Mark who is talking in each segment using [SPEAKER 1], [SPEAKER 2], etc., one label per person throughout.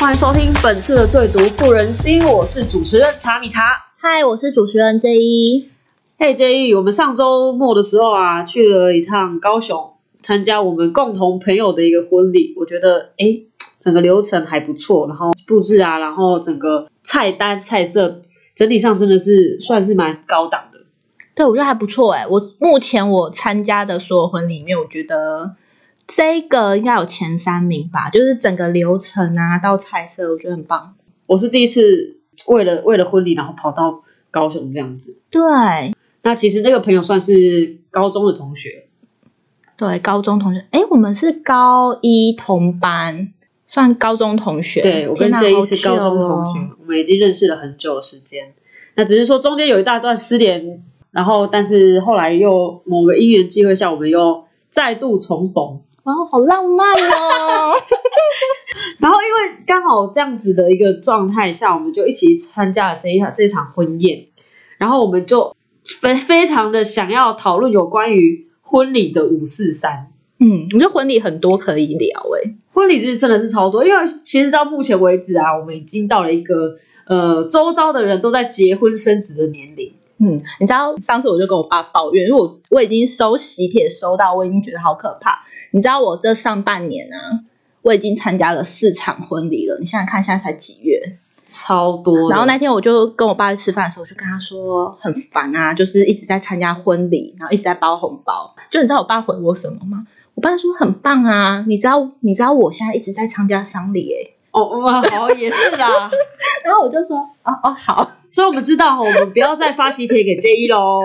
[SPEAKER 1] 欢迎收听本次的最毒妇人心，我是主持人查米查。
[SPEAKER 2] 嗨，我是主持人 J E 一。
[SPEAKER 1] 嘿、j e 我们上周末的时候啊，去了一趟高雄，参加我们共同朋友的一个婚礼。我觉得，哎，整个流程还不错，然后布置啊，然后整个菜单菜色，整体上真的是算是蛮高档的。
[SPEAKER 2] 对，我觉得还不错哎。我目前我参加的所有婚礼里面，我觉得这个应该有前三名吧，就是整个流程啊到菜色，我觉得很棒。
[SPEAKER 1] 我是第一次为了为了婚礼，然后跑到高雄这样子。
[SPEAKER 2] 对
[SPEAKER 1] 那其实那个朋友算是高中的同学，
[SPEAKER 2] 对，高中同学，哎，我们是高一同班，算高中同学。
[SPEAKER 1] 对我跟
[SPEAKER 2] 天哪
[SPEAKER 1] J 一
[SPEAKER 2] 好
[SPEAKER 1] 是高中
[SPEAKER 2] chill
[SPEAKER 1] 同
[SPEAKER 2] 哦
[SPEAKER 1] 学，我们已经认识了很久的时间。那只是说中间有一大段失联，然后但是后来又某个因缘际会下，我们又再度重逢。
[SPEAKER 2] 哇，好浪漫哦！
[SPEAKER 1] 然后因为刚好这样子的一个状态下，我们就一起参加了这一场这场婚宴，然后我们就非非常的想要讨论有关于婚礼的五四三。
[SPEAKER 2] 嗯，我觉得婚礼很多可以聊哎。
[SPEAKER 1] 婚礼是真的是超多，因为其实到目前为止啊，我们已经到了一个呃，周遭的人都在结婚生子的年龄。
[SPEAKER 2] 嗯，你知道上次我就跟我爸抱怨，因为我我已经收喜帖收到，我已经觉得好可怕。你知道我这上半年啊，我已经参加了四场婚礼了。你想想看，现在才几月？
[SPEAKER 1] 超多的。
[SPEAKER 2] 然后那天我就跟我爸吃饭的时候，我就跟他说很烦啊，就是一直在参加婚礼，然后一直在包红包。就你知道我爸回我什么吗？我爸说很棒啊，你知道你知道我现在一直在参加丧礼诶、
[SPEAKER 1] 哦，哇，好也是啦。
[SPEAKER 2] 然后我就说哦哦好，
[SPEAKER 1] 所以我们知道，我们不要再发喜帖给 J E 一喽。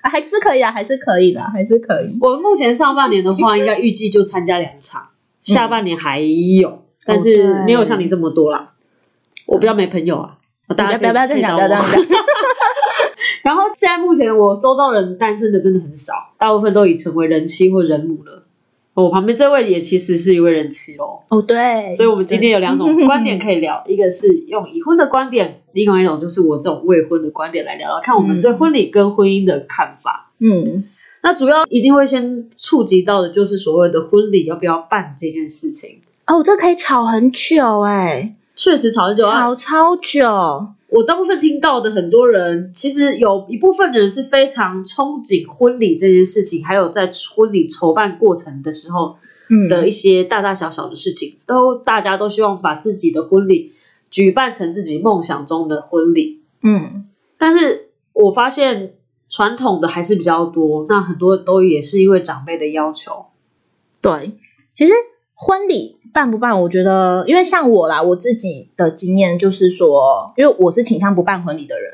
[SPEAKER 2] 啊还是可以啊，还是可以的，还是可以。
[SPEAKER 1] 我们目前上半年的话，应该预计就参加两场，
[SPEAKER 2] 嗯
[SPEAKER 1] 下半年还有，但
[SPEAKER 2] 哦
[SPEAKER 1] 是没有像你这么多啦。我比较没朋友啊，大家
[SPEAKER 2] 嗯不要不要
[SPEAKER 1] 可
[SPEAKER 2] 这
[SPEAKER 1] 以
[SPEAKER 2] 样讲，不
[SPEAKER 1] 可以
[SPEAKER 2] 要
[SPEAKER 1] 找
[SPEAKER 2] 这样
[SPEAKER 1] 我
[SPEAKER 2] 讲。
[SPEAKER 1] 然后现在目前我收到人单身的真的很少，大部分都已成为人妻或人母了。我旁边这位也其实是一位人妻喽。
[SPEAKER 2] 哦，对，
[SPEAKER 1] 所以，我们今天有两种
[SPEAKER 2] 对
[SPEAKER 1] 观点可以聊，一个是用已婚的观点，另外一种就是我这种未婚的观点来聊聊看我们对婚礼跟婚姻的看法。
[SPEAKER 2] 嗯，
[SPEAKER 1] 那主要一定会先触及到的就是所谓的婚礼要不要办这件事情，
[SPEAKER 2] 哦，这可以炒很久哎、
[SPEAKER 1] 确实吵很久啊。
[SPEAKER 2] 炒超久，
[SPEAKER 1] 我大部分听到的很多人，其实有一部分人是非常憧憬婚礼这件事情，还有在婚礼筹办过程的时候
[SPEAKER 2] 嗯
[SPEAKER 1] 的一些大大小小的事情，都大家都希望把自己的婚礼举办成自己梦想中的婚礼。
[SPEAKER 2] 嗯，
[SPEAKER 1] 但是我发现传统的还是比较多，那很多都也是因为长辈的要求。
[SPEAKER 2] 对，其实婚礼办不办，我觉得，因为像我啦，我自己的经验就是说，因为我是倾向不办婚礼的人，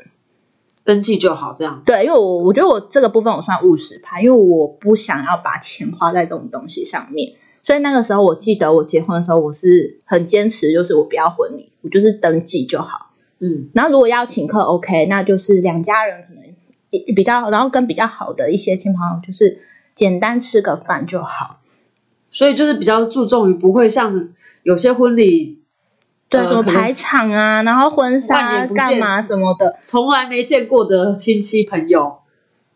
[SPEAKER 1] 登记就好，这样
[SPEAKER 2] 对，因为我我觉得我这个部分我算务实派，因为我不想要把钱花在这种东西上面。所以那个时候，我记得我结婚的时候，我是很坚持，就是我不要婚礼，我就是登记就好。
[SPEAKER 1] 嗯，
[SPEAKER 2] 然后如果要请客，OK，那就是两家人可能一比较，然后跟比较好的一些亲朋好友，就是简单吃个饭就好。
[SPEAKER 1] 所以就是比较注重于不会像有些婚礼
[SPEAKER 2] 对，
[SPEAKER 1] 呃
[SPEAKER 2] 什么
[SPEAKER 1] 可能
[SPEAKER 2] 排场啊，然后婚
[SPEAKER 1] 半
[SPEAKER 2] 纱
[SPEAKER 1] 年不见
[SPEAKER 2] 干嘛什么的，
[SPEAKER 1] 从来没见过的亲戚朋友，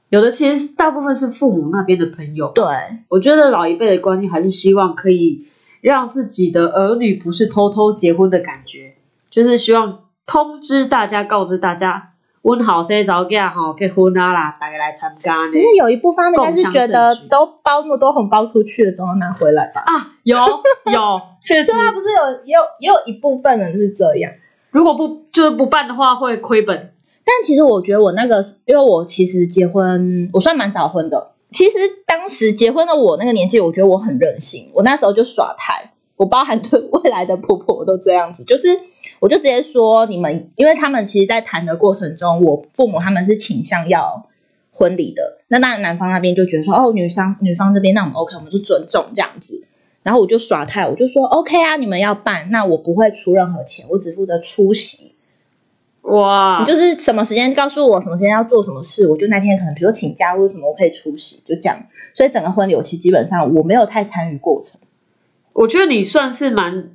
[SPEAKER 1] 有的其实大部分是父母那边的朋友。
[SPEAKER 2] 对，
[SPEAKER 1] 我觉得老一辈的观念还是希望可以让自己的儿女不是偷偷结婚的感觉，就是希望通知大家、告知大家，阮后生早嫁吼结婚啊啦，大家来参加呢
[SPEAKER 2] 可。是有一部分他们应该是
[SPEAKER 1] 共享
[SPEAKER 2] 觉得
[SPEAKER 1] 盛举
[SPEAKER 2] 都包那么多红包出去了，总要拿回来吧。
[SPEAKER 1] 啊，有 有，确实
[SPEAKER 2] 对，啊，不是有也有也有一部分人是这样，
[SPEAKER 1] 如果不就是不办的话会亏本。
[SPEAKER 2] 但其实我觉得我那个，因为我其实结婚，我算蛮早婚的。其实当时结婚的我那个年纪，我觉得我很任性，我那时候就耍态，我包含对未来的婆婆都这样子，就是我就直接说你们，因为他们其实，在谈的过程中，我父母他们是倾向要婚礼的，那当然男方那边就觉得说，哦，女方女方这边那我们 OK，我们就尊重这样子。然后我就耍态，我就说 OK 啊，你们要办，那我不会出任何钱，我只负责出席。
[SPEAKER 1] 哇
[SPEAKER 2] 你就是什么时间告诉我什么时间要做什么事，我就那天可能比如说请假或者什么，我可以出席，就这样。所以整个婚礼我其实基本上我没有太参与过程。
[SPEAKER 1] 我觉得你算是蛮，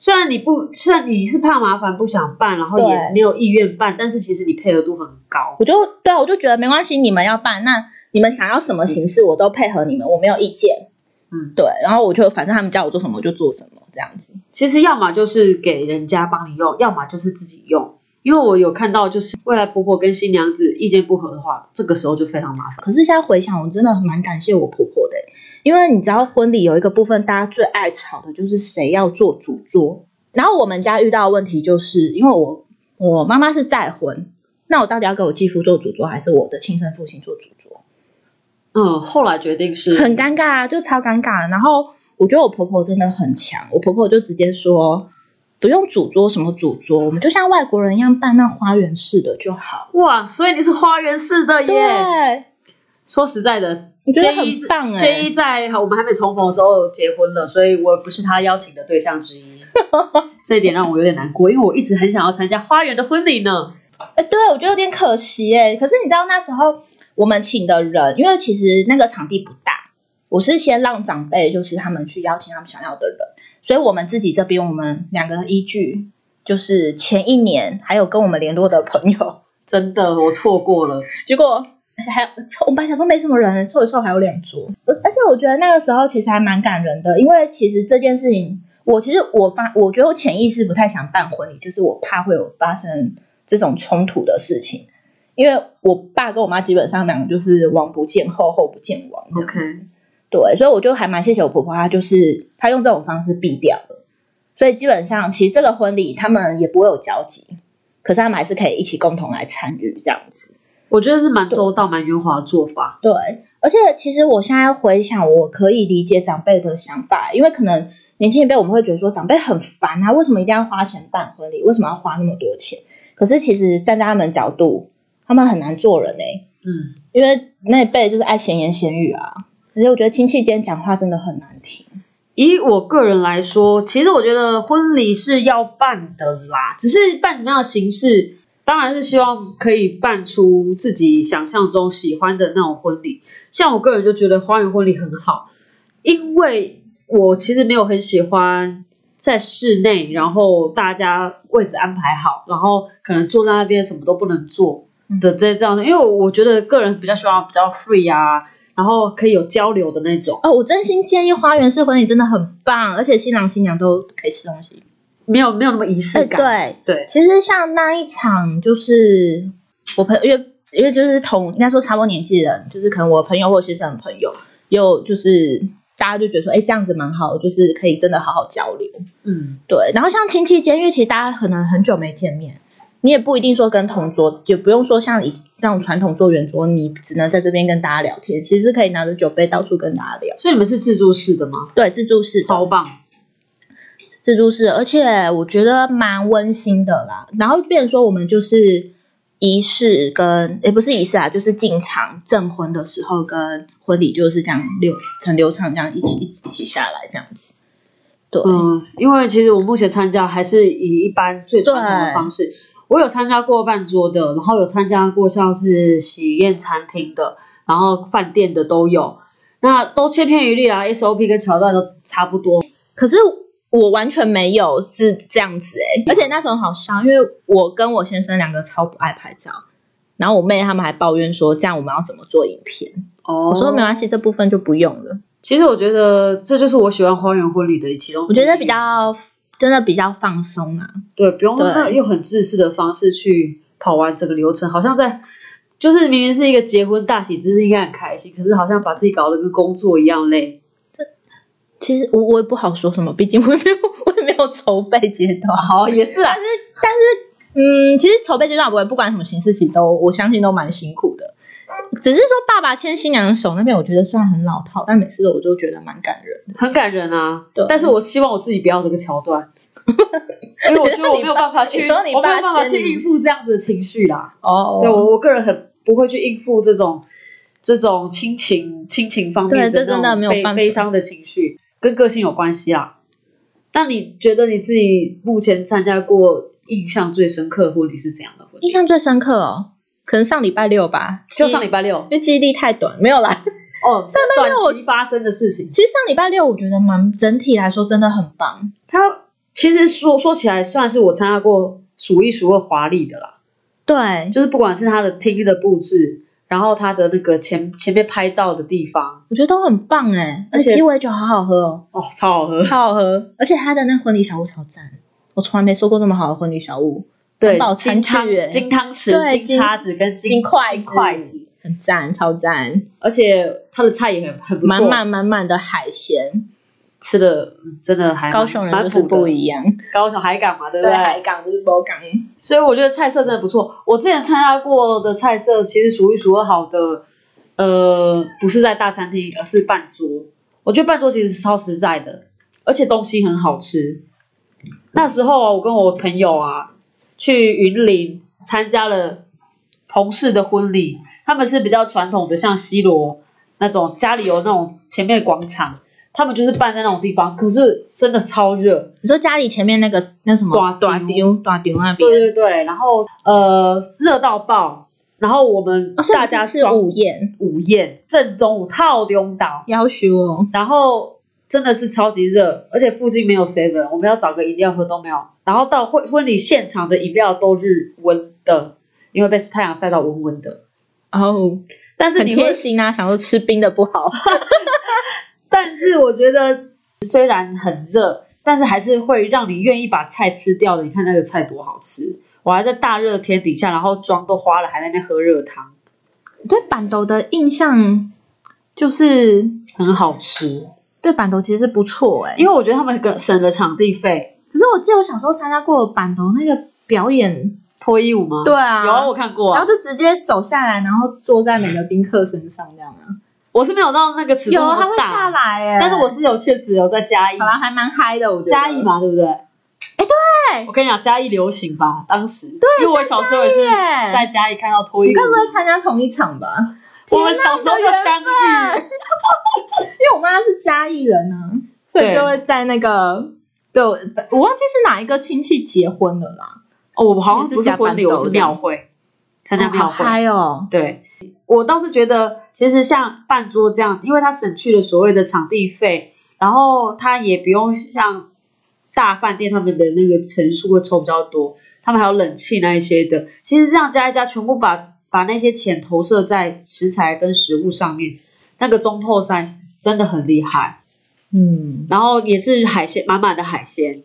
[SPEAKER 1] 虽然你不，虽然你是怕麻烦不想办，然后也
[SPEAKER 2] 对
[SPEAKER 1] 没有意愿办，但是其实你配合度很高。
[SPEAKER 2] 我就对啊，我就觉得没关系，你们要办，那你们想要什么形式我都配合你们，我没有意见。
[SPEAKER 1] 嗯，
[SPEAKER 2] 对。然后我就反正他们叫我做什么我就做什么这样子。
[SPEAKER 1] 其实要么就是给人家帮你用，要么就是自己用。因为我有看到，就是未来婆婆跟新娘子意见不合的话，这个时候就非常麻烦。
[SPEAKER 2] 可是现在回想，我真的蛮感谢我婆婆的欸、因为你知道婚礼有一个部分大家最爱吵的就是谁要做主桌。然后我们家遇到的问题就是，因为我我妈妈是再婚，那我到底要给我继父做主桌，还是我的亲生父亲做主桌？
[SPEAKER 1] 嗯，后来决定是
[SPEAKER 2] 很尴尬啊，就超尴尬的。然后我觉得我婆婆真的很强，我婆婆就直接说不用主桌什么主桌，我们就像外国人一样办那花园式的就好。
[SPEAKER 1] 哇，所以你是花园式的耶。
[SPEAKER 2] 对，
[SPEAKER 1] 说实在的
[SPEAKER 2] 我觉得
[SPEAKER 1] ，J
[SPEAKER 2] 很
[SPEAKER 1] 一
[SPEAKER 2] 棒哎、
[SPEAKER 1] J 一在我们还没重逢的时候结婚了，所以我不是他邀请的对象之一。这一点让我有点难过，因为我一直很想要参加花园的婚礼呢。
[SPEAKER 2] 哎、对，我觉得有点可惜哎、可是你知道那时候我们请的人，因为其实那个场地不大，我是先让长辈就是他们去邀请他们想要的人，所以我们自己这边我们两个依据就是前一年还有跟我们联络的朋友，
[SPEAKER 1] 真的，我错过了。
[SPEAKER 2] 结果。还凑，我本来想说没什么人，凑一凑还有两桌。而且我觉得那个时候其实还蛮感人的，因为其实这件事情，我其实我发，我觉得我潜意识不太想办婚礼，就是我怕会有发生这种冲突的事情，因为我爸跟我妈基本上两个就是王不见后，后不见王这样子。
[SPEAKER 1] OK
[SPEAKER 2] 对，所以我就还蛮谢谢我婆婆，她就是她用这种方式避掉了，所以基本上其实这个婚礼他们也不会有交集，可是他们还是可以一起共同来参与这样子。
[SPEAKER 1] 我觉得是蛮周到、蛮圆滑的做法。
[SPEAKER 2] 对，而且其实我现在回想，我可以理解长辈的想法，因为可能年轻一辈我们会觉得说长辈很烦啊，为什么一定要花钱办婚礼？为什么要花那么多钱？可是其实站在他们角度，他们很难做人哎、
[SPEAKER 1] 嗯，
[SPEAKER 2] 因为那一辈就是爱闲言闲语啊。而且我觉得亲戚间讲话真的很难听，
[SPEAKER 1] 以我个人来说，其实我觉得婚礼是要办的啦，只是办什么样的形式，当然是希望可以办出自己想象中喜欢的那种婚礼。像我个人就觉得花园婚礼很好，因为我其实没有很喜欢在室内，然后大家位置安排好，然后可能坐在那边什么都不能做
[SPEAKER 2] 嗯
[SPEAKER 1] 的这这样的，因为我觉得个人比较喜欢比较 free 啊，然后可以有交流的那种。
[SPEAKER 2] 哦，我真心建议花园式婚礼真的很棒，而且新郎新娘都可以吃东西。
[SPEAKER 1] 没有没有那么仪式感，
[SPEAKER 2] 哎对，
[SPEAKER 1] 呃对，
[SPEAKER 2] 其实像那一场，就是我朋友，因为因为就是同应该说差不多年纪的人，就是可能我朋友或学生的朋友，有就是大家就觉得说，哎，这样子蛮好，就是可以真的好好交流。
[SPEAKER 1] 嗯，
[SPEAKER 2] 对，然后像亲戚间，因为其实大家可能很久没见面，你也不一定说跟同桌，就不用说像以那种传统坐圆桌，你只能在这边跟大家聊天，其实是可以拿着酒杯到处跟大家聊。
[SPEAKER 1] 所以你们是自助式的吗？
[SPEAKER 2] 对，自助式的。
[SPEAKER 1] 超棒，
[SPEAKER 2] 自助式，而且我觉得蛮温馨的啦。然后变成说我们就是仪式跟也不是仪式啊，就是进场证婚的时候跟婚礼就是这样流很流畅这样一起一起一起下来这样子。对，
[SPEAKER 1] 嗯，因为其实我目前参加还是以一般最传统的方式，我有参加过半桌的，然后有参加过像是喜宴餐厅的，然后饭店的都有，那都千篇一律啊，SOP 跟桥段都差不多，
[SPEAKER 2] 可是我完全没有是这样子诶、而且那时候很好笑，因为我跟我先生两个超不爱拍照，然后我妹他们还抱怨说这样我们要怎么做影片，
[SPEAKER 1] 哦
[SPEAKER 2] 我说没关系，这部分就不用了。
[SPEAKER 1] 其实我觉得这就是我喜欢花园婚礼的其中之一，
[SPEAKER 2] 我觉得比较真的比较放松啊。
[SPEAKER 1] 对，不用
[SPEAKER 2] 对
[SPEAKER 1] 那用很自私的方式去跑完整个流程，好像在就是明明是一个结婚大喜之日，应该很开心，可是好像把自己搞得跟工作一样累。
[SPEAKER 2] 其实我我也不好说什么，毕竟我也没有 我也没有筹备阶段。
[SPEAKER 1] 好，也是啊，
[SPEAKER 2] 嗯，其实筹备阶段我也不管什么形式，其实都我相信都蛮辛苦的。只是说爸爸牵新娘的手那边，我觉得虽然很老套，但每次我都觉得蛮感人的。
[SPEAKER 1] 很感人啊
[SPEAKER 2] 对。
[SPEAKER 1] 但是我希望我自己不要这个桥段， 因为我觉得我没有办法去，
[SPEAKER 2] 你说你
[SPEAKER 1] 我没
[SPEAKER 2] 爸
[SPEAKER 1] 有办法
[SPEAKER 2] 牵
[SPEAKER 1] 去
[SPEAKER 2] 你
[SPEAKER 1] 应付这样子的情绪啦。
[SPEAKER 2] 哦
[SPEAKER 1] 对我我个人很不会去应付这种这种亲情亲情方面的
[SPEAKER 2] 对这真的
[SPEAKER 1] 那种
[SPEAKER 2] 没有
[SPEAKER 1] 悲
[SPEAKER 2] 办法
[SPEAKER 1] 悲伤的情绪，跟个性有关系啊。那你觉得你自己目前参加过印象最深刻的婚礼是怎样的婚礼？
[SPEAKER 2] 印象最深刻哦，可能上礼拜六吧，
[SPEAKER 1] 就上
[SPEAKER 2] 记
[SPEAKER 1] 礼拜六
[SPEAKER 2] 因为记忆力太短，没有啦。
[SPEAKER 1] 哦，上
[SPEAKER 2] 礼拜六我
[SPEAKER 1] 短期发生的事情。
[SPEAKER 2] 其实上礼拜六我觉得蛮整体来说真的很棒，
[SPEAKER 1] 它其实说说起来，算是我参加过数一数二华丽的啦。
[SPEAKER 2] 对，
[SPEAKER 1] 就是不管是它的厅的布置，然后它的那个前前面拍照的地方，
[SPEAKER 2] 我觉得都很棒哎，
[SPEAKER 1] 而且
[SPEAKER 2] 那鸡尾酒好好喝哦，
[SPEAKER 1] 哦，超好喝。
[SPEAKER 2] 超好喝，而且它的那婚礼小物超赞，我从来没收过那么好的婚礼小物，
[SPEAKER 1] 对
[SPEAKER 2] 环保，餐
[SPEAKER 1] 金
[SPEAKER 2] 具
[SPEAKER 1] 汤
[SPEAKER 2] 欸
[SPEAKER 1] 金汤
[SPEAKER 2] 对
[SPEAKER 1] 匙、金
[SPEAKER 2] 金
[SPEAKER 1] 叉子跟
[SPEAKER 2] 金筷
[SPEAKER 1] 筷子，
[SPEAKER 2] 很赞，超赞，
[SPEAKER 1] 而且它的菜也很很不错，
[SPEAKER 2] 满满满满的海鲜，
[SPEAKER 1] 吃的嗯真的还蛮
[SPEAKER 2] 高雄人
[SPEAKER 1] 蛮
[SPEAKER 2] 就是
[SPEAKER 1] 普的
[SPEAKER 2] 不一样，
[SPEAKER 1] 高雄海港嘛，对不
[SPEAKER 2] 对
[SPEAKER 1] 对？
[SPEAKER 2] 海港就是波港，
[SPEAKER 1] 所以我觉得菜色真的不错。我之前参加过的菜色，其实数一数二好的，呃，不是在大餐厅，而是半桌。我觉得半桌其实是超实在的，而且东西很好吃。那时候啊我跟我朋友啊去云林参加了同事的婚礼，他们是比较传统的，像西罗那种家里有那种前面的广场，他们就是办在那种地方，可是真的超热。
[SPEAKER 2] 你说家里前面那个那什么
[SPEAKER 1] 大
[SPEAKER 2] 短
[SPEAKER 1] 场
[SPEAKER 2] 丢短丢那边
[SPEAKER 1] 对，对对，然后呃热到爆，然后我们
[SPEAKER 2] 哦所以
[SPEAKER 1] 大
[SPEAKER 2] 你是
[SPEAKER 1] 家
[SPEAKER 2] 吃
[SPEAKER 1] 装
[SPEAKER 2] 午宴，
[SPEAKER 1] 午宴，正中午套用到，
[SPEAKER 2] 要求哦，
[SPEAKER 1] 然后真的是超级热，而且附近没有 seven，我们要找个饮料喝都没有，然后到婚婚礼现场的饮料都是温的，因为被太阳晒到温温的，
[SPEAKER 2] 哦，
[SPEAKER 1] 但是
[SPEAKER 2] 很
[SPEAKER 1] 你
[SPEAKER 2] 贴
[SPEAKER 1] 会，
[SPEAKER 2] 心啊，想说吃冰的不好，
[SPEAKER 1] 但是我觉得虽然很热。但是还是会让你愿意把菜吃掉的。你看那个菜多好吃，我还在大热天底下，然后妆都花了，还在那边喝热汤。
[SPEAKER 2] 对板豆的印象就是
[SPEAKER 1] 很好吃，
[SPEAKER 2] 对板豆其实不错哎、
[SPEAKER 1] 因为我觉得他们个省了场地费，
[SPEAKER 2] 可是我记得我小时候参加过板头那个表演，
[SPEAKER 1] 脱衣舞吗？、
[SPEAKER 2] 啊
[SPEAKER 1] 有啊我看过、
[SPEAKER 2] 然
[SPEAKER 1] 啊
[SPEAKER 2] 后，就直接走下来，然后坐在每个宾客身上这样啊。
[SPEAKER 1] 我是没有到那个尺度
[SPEAKER 2] 有，啊
[SPEAKER 1] 那
[SPEAKER 2] 他
[SPEAKER 1] 么
[SPEAKER 2] 会
[SPEAKER 1] 大，
[SPEAKER 2] 下来哎，
[SPEAKER 1] 但是我是有确实有在嘉义
[SPEAKER 2] 好，啦，还蛮嗨的，我觉得。
[SPEAKER 1] 嘉义？嘛，对不对？哎
[SPEAKER 2] 对
[SPEAKER 1] 我跟你讲，嘉义流行吧，当时，对，因为我小时候也是在
[SPEAKER 2] 耶，
[SPEAKER 1] 嘉义看到脱衣
[SPEAKER 2] 你
[SPEAKER 1] 舞
[SPEAKER 2] 该，不会参加同一场吧？
[SPEAKER 1] 我们小时候就相遇，
[SPEAKER 2] 因为我妈是嘉义人啊，所以
[SPEAKER 1] 对
[SPEAKER 2] 就会在那个。对，我我忘记是哪一个亲戚结婚了啦，
[SPEAKER 1] 哦，我好像不是婚礼，
[SPEAKER 2] 也是加班斗
[SPEAKER 1] 我是庙会，参加
[SPEAKER 2] 哦好
[SPEAKER 1] 庙会，
[SPEAKER 2] 嗨哦！
[SPEAKER 1] 对，我倒是觉得，其实像半桌这样，因为它省去了所谓的场地费，然后它也不用像大饭店他们的那个层数会抽比较多，他们还有冷气那一些的。其实这样加一加，全部把把那些钱投射在食材跟食物上面，那个中破山真的很厉害。
[SPEAKER 2] 嗯，
[SPEAKER 1] 然后也是海鲜满满的海鲜，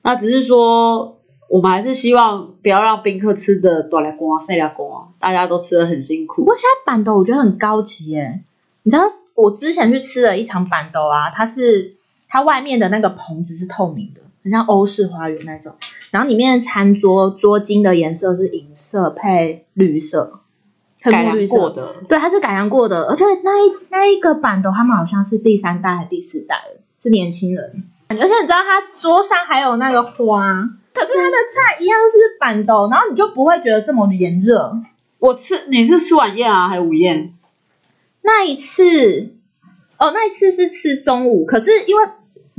[SPEAKER 1] 那只是说我们还是希望不要让宾客吃的多来光啊、塞来光啊，大家都吃的很辛苦
[SPEAKER 2] 不。过现在板豆我觉得很高级耶，你知道我之前去吃了一场板豆啊，它是它外面的那个棚子是透明的，很像欧式花园那种，然后里面的餐桌桌巾的颜色是银色配绿色，深
[SPEAKER 1] 改
[SPEAKER 2] 墨绿
[SPEAKER 1] 良
[SPEAKER 2] 色
[SPEAKER 1] 过的，
[SPEAKER 2] 对，它是改良过的，而且那一那一个板豆他们好像是第三代还是第四代了，是年轻人。而且你知道，它桌上还有那个花，可是它的菜一样是板豆，然后你就不会觉得这么炎热。
[SPEAKER 1] 我吃你是吃晚宴啊，还是午宴？
[SPEAKER 2] 那一次，哦，那一次是吃中午，可是因为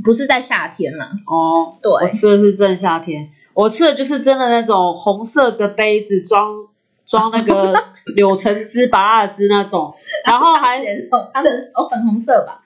[SPEAKER 2] 不是在夏天啦，
[SPEAKER 1] 哦，
[SPEAKER 2] 对
[SPEAKER 1] 我吃的是正夏天，我吃的就是真的那种红色的杯子装装那个柳橙汁、芭乐汁那种，然后还
[SPEAKER 2] 它的哦粉红色吧，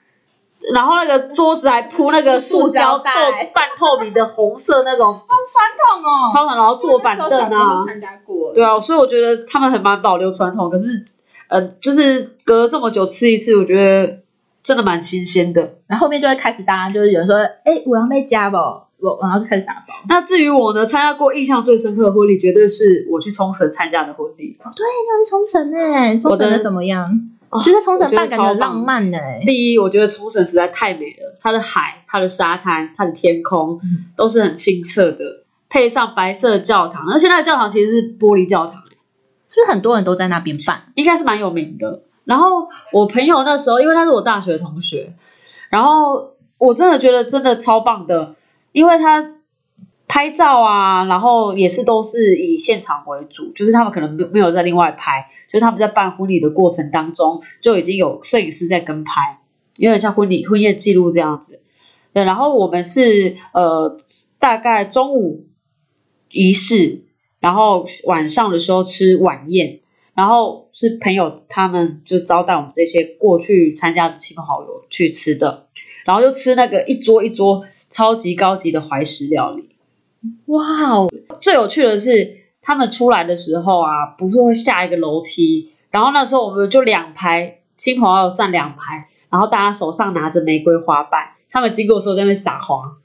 [SPEAKER 1] 然后那个桌子还铺那个塑胶
[SPEAKER 2] 塑胶
[SPEAKER 1] 透
[SPEAKER 2] 袋
[SPEAKER 1] 半透明的红色那种
[SPEAKER 2] 传统哦
[SPEAKER 1] 操场，然后坐板凳
[SPEAKER 2] 那时候小时候
[SPEAKER 1] 啊
[SPEAKER 2] 就，参加过，
[SPEAKER 1] 对啊，所以我觉得他们很蛮保留传统，可是呃，就是隔这么久吃一次，我觉得真的蛮新鲜的。
[SPEAKER 2] 然后后面就会开始大家就是有人说，哎，我要被加吧，我然后就开始打包。
[SPEAKER 1] 那至于我呢，参加过印象最深刻的婚礼，绝对是我去冲绳参加的婚礼。
[SPEAKER 2] 要去冲绳哎，冲绳
[SPEAKER 1] 我
[SPEAKER 2] 的
[SPEAKER 1] 的
[SPEAKER 2] 怎么样？
[SPEAKER 1] 哦
[SPEAKER 2] 觉得冲绳
[SPEAKER 1] 我觉得
[SPEAKER 2] 办感觉很
[SPEAKER 1] 超棒
[SPEAKER 2] 浪漫哎、
[SPEAKER 1] 第一，我觉得冲绳实在太美了，它的海、它的沙滩、它的天空
[SPEAKER 2] 嗯
[SPEAKER 1] 都是很清澈的，配上白色的教堂，而且那个教堂其实是玻璃教堂，
[SPEAKER 2] 是不是很多人都在那边办？
[SPEAKER 1] 应该是蛮有名的。然后我朋友那时候，因为他是我大学同学，然后我真的觉得真的超棒的，因为他拍照啊，然后也是都是以现场为主，就是他们可能没没有在另外拍，就是他们在办婚礼的过程当中就已经有摄影师在跟拍，有点像婚礼婚宴记录这样子。对，然后我们是呃大概中午仪式，然后晚上的时候吃晚宴，然后是朋友他们就招待我们这些过去参加的亲朋好友去吃的，然后就吃那个一桌一桌超级高级的怀石料理。
[SPEAKER 2] 哇哦，
[SPEAKER 1] 最有趣的是，他们出来的时候啊，不是会下一个楼梯，然后那时候我们就两排亲朋好友站两排，然后大家手上拿着玫瑰花瓣，他们经过的时候在那边撒花。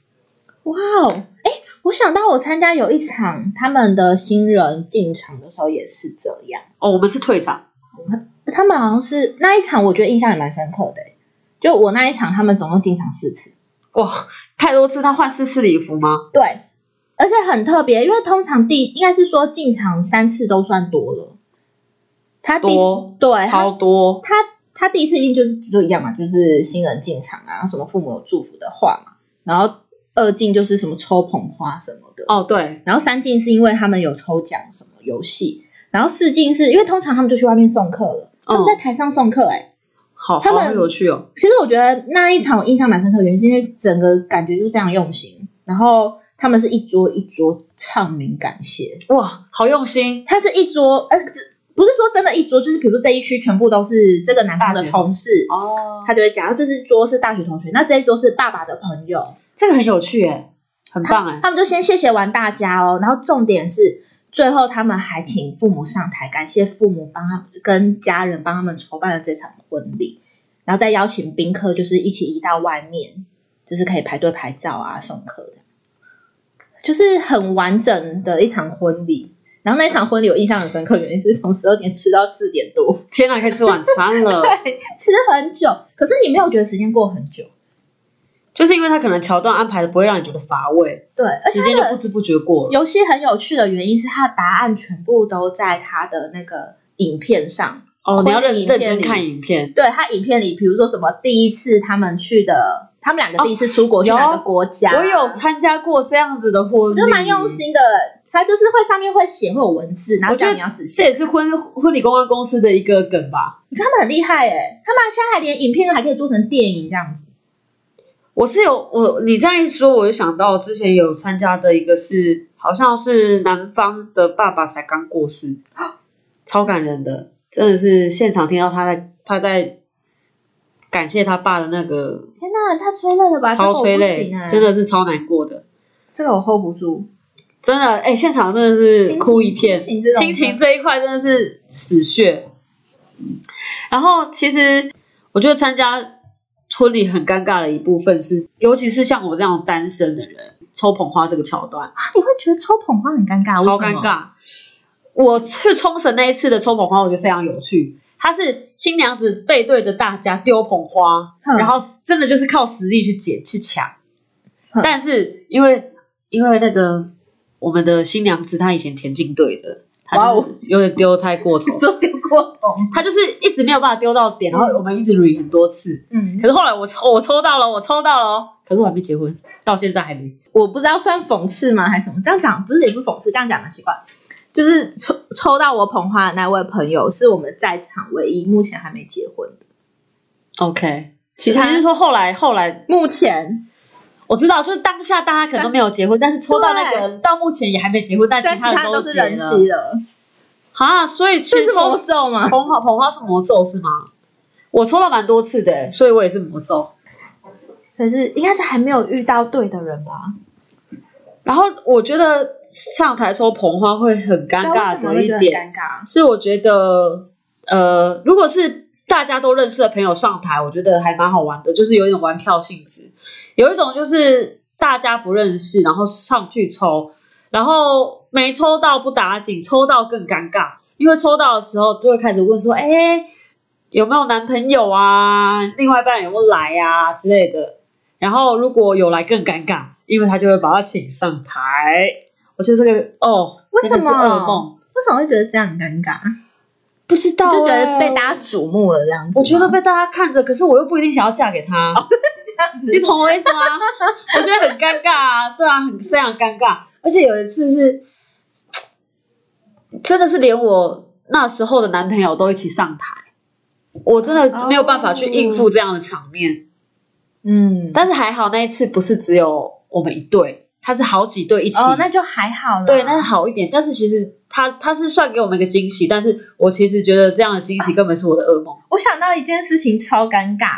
[SPEAKER 2] 哇哦，哎，我想到我参加有一场他们的新人进场的时候也是这样，
[SPEAKER 1] 哦，我们是退场，
[SPEAKER 2] 他们好像是那一场，我觉得印象也蛮深刻的欸。就我那一场，他们总共进场四次，
[SPEAKER 1] 哇，太多次他换四次礼服吗？
[SPEAKER 2] 对，而且很特别，因为通常第应该是说进场三次都算多了。他第
[SPEAKER 1] 多
[SPEAKER 2] 对哎他
[SPEAKER 1] 超多，
[SPEAKER 2] 他他第一次进就是就一样嘛，就是新人进场啊，什么父母有祝福的话嘛，然后二进就是什么抽捧花什么的，
[SPEAKER 1] 哦，对，
[SPEAKER 2] 然后三进是因为他们有抽奖什么游戏，然后四进是因为通常他们就去外面送客了，他们
[SPEAKER 1] 嗯
[SPEAKER 2] 在台上送客、欸，哎、
[SPEAKER 1] 好
[SPEAKER 2] 他们
[SPEAKER 1] 好有趣哦，
[SPEAKER 2] 其实我觉得那一场我印象蛮深刻，原因是因为整个感觉就是非常用心，然后他们是一桌一桌唱名感谢，
[SPEAKER 1] 哇，好用心，
[SPEAKER 2] 他是一桌，呃，不是说真的一桌，就是比如说这一区全部都是这个男方
[SPEAKER 1] 大
[SPEAKER 2] 的
[SPEAKER 1] 学
[SPEAKER 2] 同事，
[SPEAKER 1] 哦
[SPEAKER 2] 他就会讲，这是桌是大学同学，那这一桌是爸爸的朋友，
[SPEAKER 1] 这个很有趣哎，很棒 哎，
[SPEAKER 2] 他们就先谢谢完大家哦，然后重点是最后他们还请父母上台，感谢父母帮他们跟家人帮他们筹办了这场婚礼，然后再邀请宾客就是一起移到外面，就是可以排队拍照啊，送客这样，就是很完整的一场婚礼。然后那一场婚礼我印象很深刻，原因是从十二点吃到四点多，
[SPEAKER 1] 天啊哪，可以吃晚餐 了，
[SPEAKER 2] 吃很久，可是你没有觉得时间过很久，
[SPEAKER 1] 就是因为他可能桥段安排的不会让你觉得乏味，
[SPEAKER 2] 对，而且
[SPEAKER 1] 时间就不知不觉过了，
[SPEAKER 2] 游戏很有趣的原因是，它的答案全部都在它的那个影片上。
[SPEAKER 1] 哦，你要认
[SPEAKER 2] 婚礼影片
[SPEAKER 1] 认真
[SPEAKER 2] 里
[SPEAKER 1] 看影片，
[SPEAKER 2] 对，它影片里，比如说什么第一次他们去的，他们两个第一次出国去
[SPEAKER 1] 哦有
[SPEAKER 2] 哪个国家，
[SPEAKER 1] 我有参加过这样子的婚
[SPEAKER 2] 我
[SPEAKER 1] 礼，
[SPEAKER 2] 觉得蛮用。心的。它就是会上面会写会有文字，然后
[SPEAKER 1] 我觉
[SPEAKER 2] 叫
[SPEAKER 1] 得
[SPEAKER 2] 你要仔细
[SPEAKER 1] 这。也是婚婚礼公关公司的一个梗吧。
[SPEAKER 2] 他们很厉害哎、他们现在还连影片还可以做成电影这样子。
[SPEAKER 1] 我是有我你这样一说，我就想到之前有参加的一个是，好像是男方的爸爸才刚过世， 超感人的，真的是现场听到他在他在感谢他爸的那个，
[SPEAKER 2] 天哪，太催泪了吧！
[SPEAKER 1] 超催
[SPEAKER 2] 这
[SPEAKER 1] 泪
[SPEAKER 2] 个我不行哎、，
[SPEAKER 1] 真的是超难过的。
[SPEAKER 2] 这个我 hold 不住。
[SPEAKER 1] 真的，哎、现场真的是
[SPEAKER 2] 亲
[SPEAKER 1] 哭
[SPEAKER 2] 情
[SPEAKER 1] 一片，
[SPEAKER 2] 亲情这种
[SPEAKER 1] 亲情这一块真的是死血。然后其实我觉得参加婚礼很尴尬的一部分是，尤其是像我这样单身的人，抽捧花这个桥段
[SPEAKER 2] 啊，你会觉得抽捧花很尴尬，
[SPEAKER 1] 超
[SPEAKER 2] 为什
[SPEAKER 1] 尴
[SPEAKER 2] 么。
[SPEAKER 1] 尬。我去冲绳那一次的抽捧花，我觉得非常有趣。它是新娘子背对着大家丢捧花，
[SPEAKER 2] 嗯
[SPEAKER 1] 然后真的就是靠实力去捡去抢
[SPEAKER 2] 嗯。
[SPEAKER 1] 但是因为因为那个我们的新娘子她以前田径队的，她就
[SPEAKER 2] 哇，
[SPEAKER 1] 是有点丢太过 头
[SPEAKER 2] 说丢过头，
[SPEAKER 1] 她就是一直没有办法丢到点，然后我们一直 re 很多次。
[SPEAKER 2] 嗯
[SPEAKER 1] 可，是后来我抽我抽到了，我抽到了哦，可是我还没结婚，到现在还没。
[SPEAKER 2] 我不知道算讽刺吗，还是什么？这样讲不是也不讽刺，这样讲的奇怪。就是抽抽到我捧花的那位朋友，是我们在场唯一目前还没结婚的。
[SPEAKER 1] OK，
[SPEAKER 2] 其
[SPEAKER 1] 其
[SPEAKER 2] 他
[SPEAKER 1] 他就是说后来后来
[SPEAKER 2] 目前，
[SPEAKER 1] 我知道，就是当下大家可能都没有结婚，但是抽到那个人到目前也还没结婚，但
[SPEAKER 2] 但
[SPEAKER 1] 其
[SPEAKER 2] 其他人
[SPEAKER 1] 都
[SPEAKER 2] 都是人
[SPEAKER 1] 妻
[SPEAKER 2] 妻了，
[SPEAKER 1] 啊，所以其
[SPEAKER 2] 这
[SPEAKER 1] 实
[SPEAKER 2] 是魔
[SPEAKER 1] 抽
[SPEAKER 2] 咒吗？
[SPEAKER 1] 捧花捧花是魔咒是吗？我抽到蛮多次的，欸所以我也是魔咒。
[SPEAKER 2] 可是应该是还没有遇到对的人吧？
[SPEAKER 1] 然后我觉得上台抽捧花会很尴
[SPEAKER 2] 啊
[SPEAKER 1] 尬的一点，
[SPEAKER 2] 尴尬。
[SPEAKER 1] 是我觉得呃，如果是大家都认识的朋友上台，我觉得还蛮好玩的，就是有一种玩票性质。有一种就是大家不认识，然后上去抽，然后没抽到不打紧，抽到更尴尬，因为抽到的时候就会开始问说，哎、有没有男朋友啊？另外一半有没有来啊之类的。然后如果有来更尴尬，因为他就会把他请上台。我觉得这个哦，
[SPEAKER 2] 为
[SPEAKER 1] 真的
[SPEAKER 2] 什
[SPEAKER 1] 是
[SPEAKER 2] 么
[SPEAKER 1] 噩梦？
[SPEAKER 2] 为什么会觉得这样很尴尬？
[SPEAKER 1] 不知道、
[SPEAKER 2] 就觉得
[SPEAKER 1] 哎
[SPEAKER 2] 被大家瞩目了这样子吗。
[SPEAKER 1] 我觉得被大家看着，可是我又不一定想要嫁给他，
[SPEAKER 2] 哦
[SPEAKER 1] 你懂我意 思吗？我觉得很尴尬啊，对啊，很非常尴尬。而且有一次是，真的是连我那时候的男朋友都一起上台，我真
[SPEAKER 2] 哦
[SPEAKER 1] 的没有办法去应付这样的场面。
[SPEAKER 2] 嗯，
[SPEAKER 1] 但是还好那一次不是只有我们一对，他是好几对一起，
[SPEAKER 2] 哦，那就还好啦。
[SPEAKER 1] 对，那好一点。但是其实他他是算给我们一个惊喜，但是我其实觉得这样的 惊喜根本是我的噩梦。
[SPEAKER 2] 我想到一件事情超尴尬，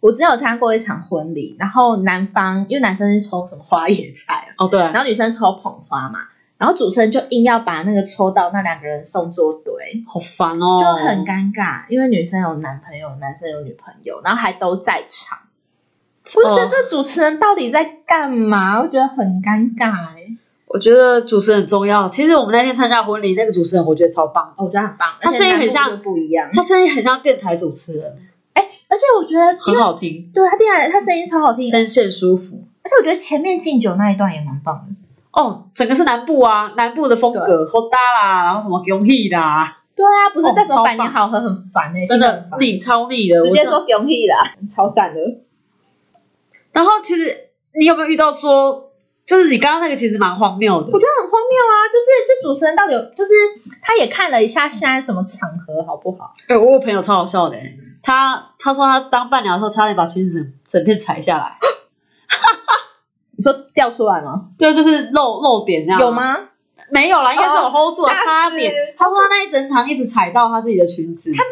[SPEAKER 2] 我之前有参加过一场婚礼，然后男方因为男生是抽什么花野菜，
[SPEAKER 1] 哦，对啊，
[SPEAKER 2] 然后女生抽捧花嘛，然后主持人就硬要把那个抽到那两个人送作对，
[SPEAKER 1] 好烦哦，
[SPEAKER 2] 就很尴尬，因为女生有男朋友，男生有女朋友，然后还都在场。我就觉得
[SPEAKER 1] 哦
[SPEAKER 2] 这主持人到底在干嘛？我觉得很尴尬哎、
[SPEAKER 1] 我觉得主持人很重要。其实我们那天参加婚礼，那个主持人我觉得超棒，
[SPEAKER 2] 哦我觉得很棒，
[SPEAKER 1] 他
[SPEAKER 2] 而且
[SPEAKER 1] 声音很
[SPEAKER 2] 难度
[SPEAKER 1] 像
[SPEAKER 2] 就不一样。
[SPEAKER 1] 他声音很像电台主持人，
[SPEAKER 2] 哎、而且我觉得因
[SPEAKER 1] 很
[SPEAKER 2] 为
[SPEAKER 1] 好听，
[SPEAKER 2] 对他听起来他声音超好听，
[SPEAKER 1] 声线舒服。
[SPEAKER 2] 而且我觉得前面敬酒那一段也蛮棒的。
[SPEAKER 1] 哦，整个是南部啊，南部的风格，好搭啦，然后什么 g o n g 啦，
[SPEAKER 2] 对啊，不是
[SPEAKER 1] 哦
[SPEAKER 2] 这首
[SPEAKER 1] 超
[SPEAKER 2] 百
[SPEAKER 1] 棒
[SPEAKER 2] 年好合很烦哎、
[SPEAKER 1] 真
[SPEAKER 2] 听得
[SPEAKER 1] 的
[SPEAKER 2] 很烦
[SPEAKER 1] 腻超腻的，
[SPEAKER 2] 直
[SPEAKER 1] 我
[SPEAKER 2] 接
[SPEAKER 1] 想
[SPEAKER 2] 说 g o n g 啦，超赞的。
[SPEAKER 1] 然后其实你有没有遇到说，就是你刚刚那个其实蛮荒谬的
[SPEAKER 2] 我，觉得很荒谬啊！就是这主持人到底有，就是他也看了一下现在什么场合好不好？
[SPEAKER 1] 哎、我有朋友超好笑的、欸，他他说他当伴娘的时候差点把裙子整片裁下来，
[SPEAKER 2] 你说掉出来吗？
[SPEAKER 1] 对，就是露露点那样。
[SPEAKER 2] 有？吗？
[SPEAKER 1] 没有啦，应该是有
[SPEAKER 2] 哦
[SPEAKER 1] hold 住了啊
[SPEAKER 2] 吓死
[SPEAKER 1] 差点。他说他那一整场一直踩到他自己的裙子，
[SPEAKER 2] 他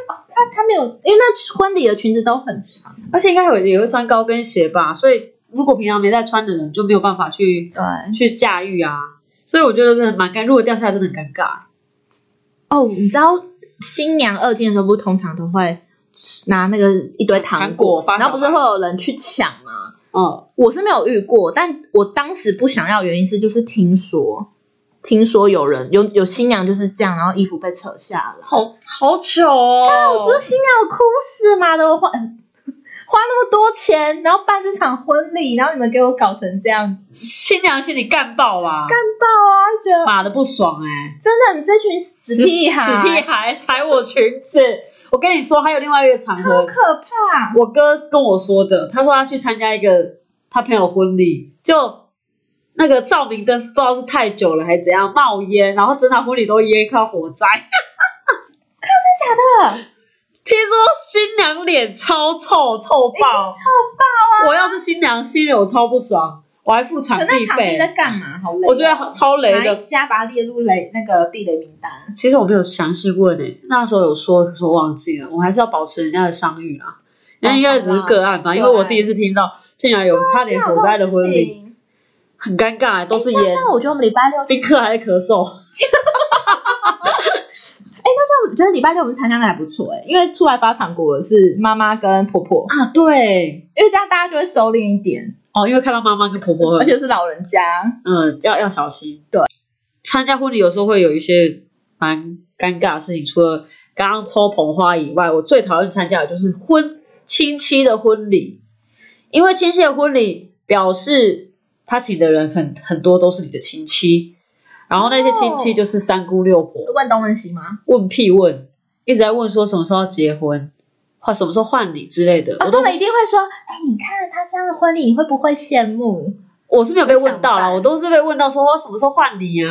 [SPEAKER 2] 他没有，因为那婚礼的裙子都很长。
[SPEAKER 1] 而且应该有也会穿高跟鞋吧，所以如果平常没在穿的人就没有办法去
[SPEAKER 2] 对，
[SPEAKER 1] 去驾驭啊。所以我觉得真的蛮尴，如果掉下来真的很尴尬。
[SPEAKER 2] 哦，你知道新娘二进的时候，不是通常都会拿那个一堆糖
[SPEAKER 1] 糖果发小
[SPEAKER 2] 然后不是会有人去抢吗？
[SPEAKER 1] 嗯，
[SPEAKER 2] 我是没有遇过，但我当时不想要，原因是就是听说，听说有人有有新娘就是这样，然后衣服被扯下来。
[SPEAKER 1] 好好糗哦！
[SPEAKER 2] 这新娘我哭死嘛的，我花 花那么多钱，然后办这场婚礼，然后你们给我搞成这样子，
[SPEAKER 1] 新娘心里干爆吧，
[SPEAKER 2] 干爆啊！觉得
[SPEAKER 1] 妈的不爽哎、
[SPEAKER 2] 真的，你这群死屁孩，
[SPEAKER 1] 死屁孩踩我裙子！我跟你说，还有另外一个场
[SPEAKER 2] 好
[SPEAKER 1] 合，
[SPEAKER 2] 可怕！
[SPEAKER 1] 我哥跟我说的，他说他去参加一个他朋友婚礼，就那个照明灯不知道是太久了还是怎样冒烟，然后整场婚礼都烟，靠火灾。
[SPEAKER 2] 真的假的？
[SPEAKER 1] 听说新娘脸超臭，臭爆！
[SPEAKER 2] 超棒！
[SPEAKER 1] 我要是新娘，心里我超不爽，我还付场
[SPEAKER 2] 可
[SPEAKER 1] 地
[SPEAKER 2] 那场地
[SPEAKER 1] 费
[SPEAKER 2] 在，干嘛？好累哦，
[SPEAKER 1] 我觉得超雷
[SPEAKER 2] 哪
[SPEAKER 1] 的
[SPEAKER 2] 一。家把它列入雷那个地雷名单？
[SPEAKER 1] 其实我没有详细问诶、那时候有说，可是我忘记了。我还是要保持人家的商誉
[SPEAKER 2] 哦
[SPEAKER 1] 啦，那应该只是个案吧，因为我第一次听到竟然有差点火灾的婚
[SPEAKER 2] 啊
[SPEAKER 1] 礼，很尴尬、欸都是
[SPEAKER 2] 那这
[SPEAKER 1] 烟。
[SPEAKER 2] 样我觉得我们礼拜六，哎，
[SPEAKER 1] 宾客还在咳嗽，
[SPEAKER 2] 那这样我觉得礼拜六我们参加的还不错哎，因为出来发糖果的是妈妈跟婆婆，
[SPEAKER 1] 啊，对，
[SPEAKER 2] 因为这样大家就会收敛一点，
[SPEAKER 1] 哦，因为看到妈妈跟婆婆，
[SPEAKER 2] 而且是老人家。
[SPEAKER 1] 嗯，要要小心。
[SPEAKER 2] 对，
[SPEAKER 1] 参加婚礼有时候会有一些蛮尴尬的事情，除了刚刚抽捧花以外，我最讨厌参加的就是婚亲戚的婚礼，因为亲戚的婚礼表示他请的人很很多都是你的亲戚，然后那些亲戚就是三姑六婆，
[SPEAKER 2] 问东问西吗？
[SPEAKER 1] 问屁问，一直在问说什么时候要结婚，或什么时候换你之类的，
[SPEAKER 2] 啊
[SPEAKER 1] 我
[SPEAKER 2] 他
[SPEAKER 1] 都
[SPEAKER 2] 们一定会说，哎，你看他这样的婚礼，你会不会羡慕？
[SPEAKER 1] 我是没有被问到啦，
[SPEAKER 2] 想法
[SPEAKER 1] 我都是被问到说我什么时候换你啊。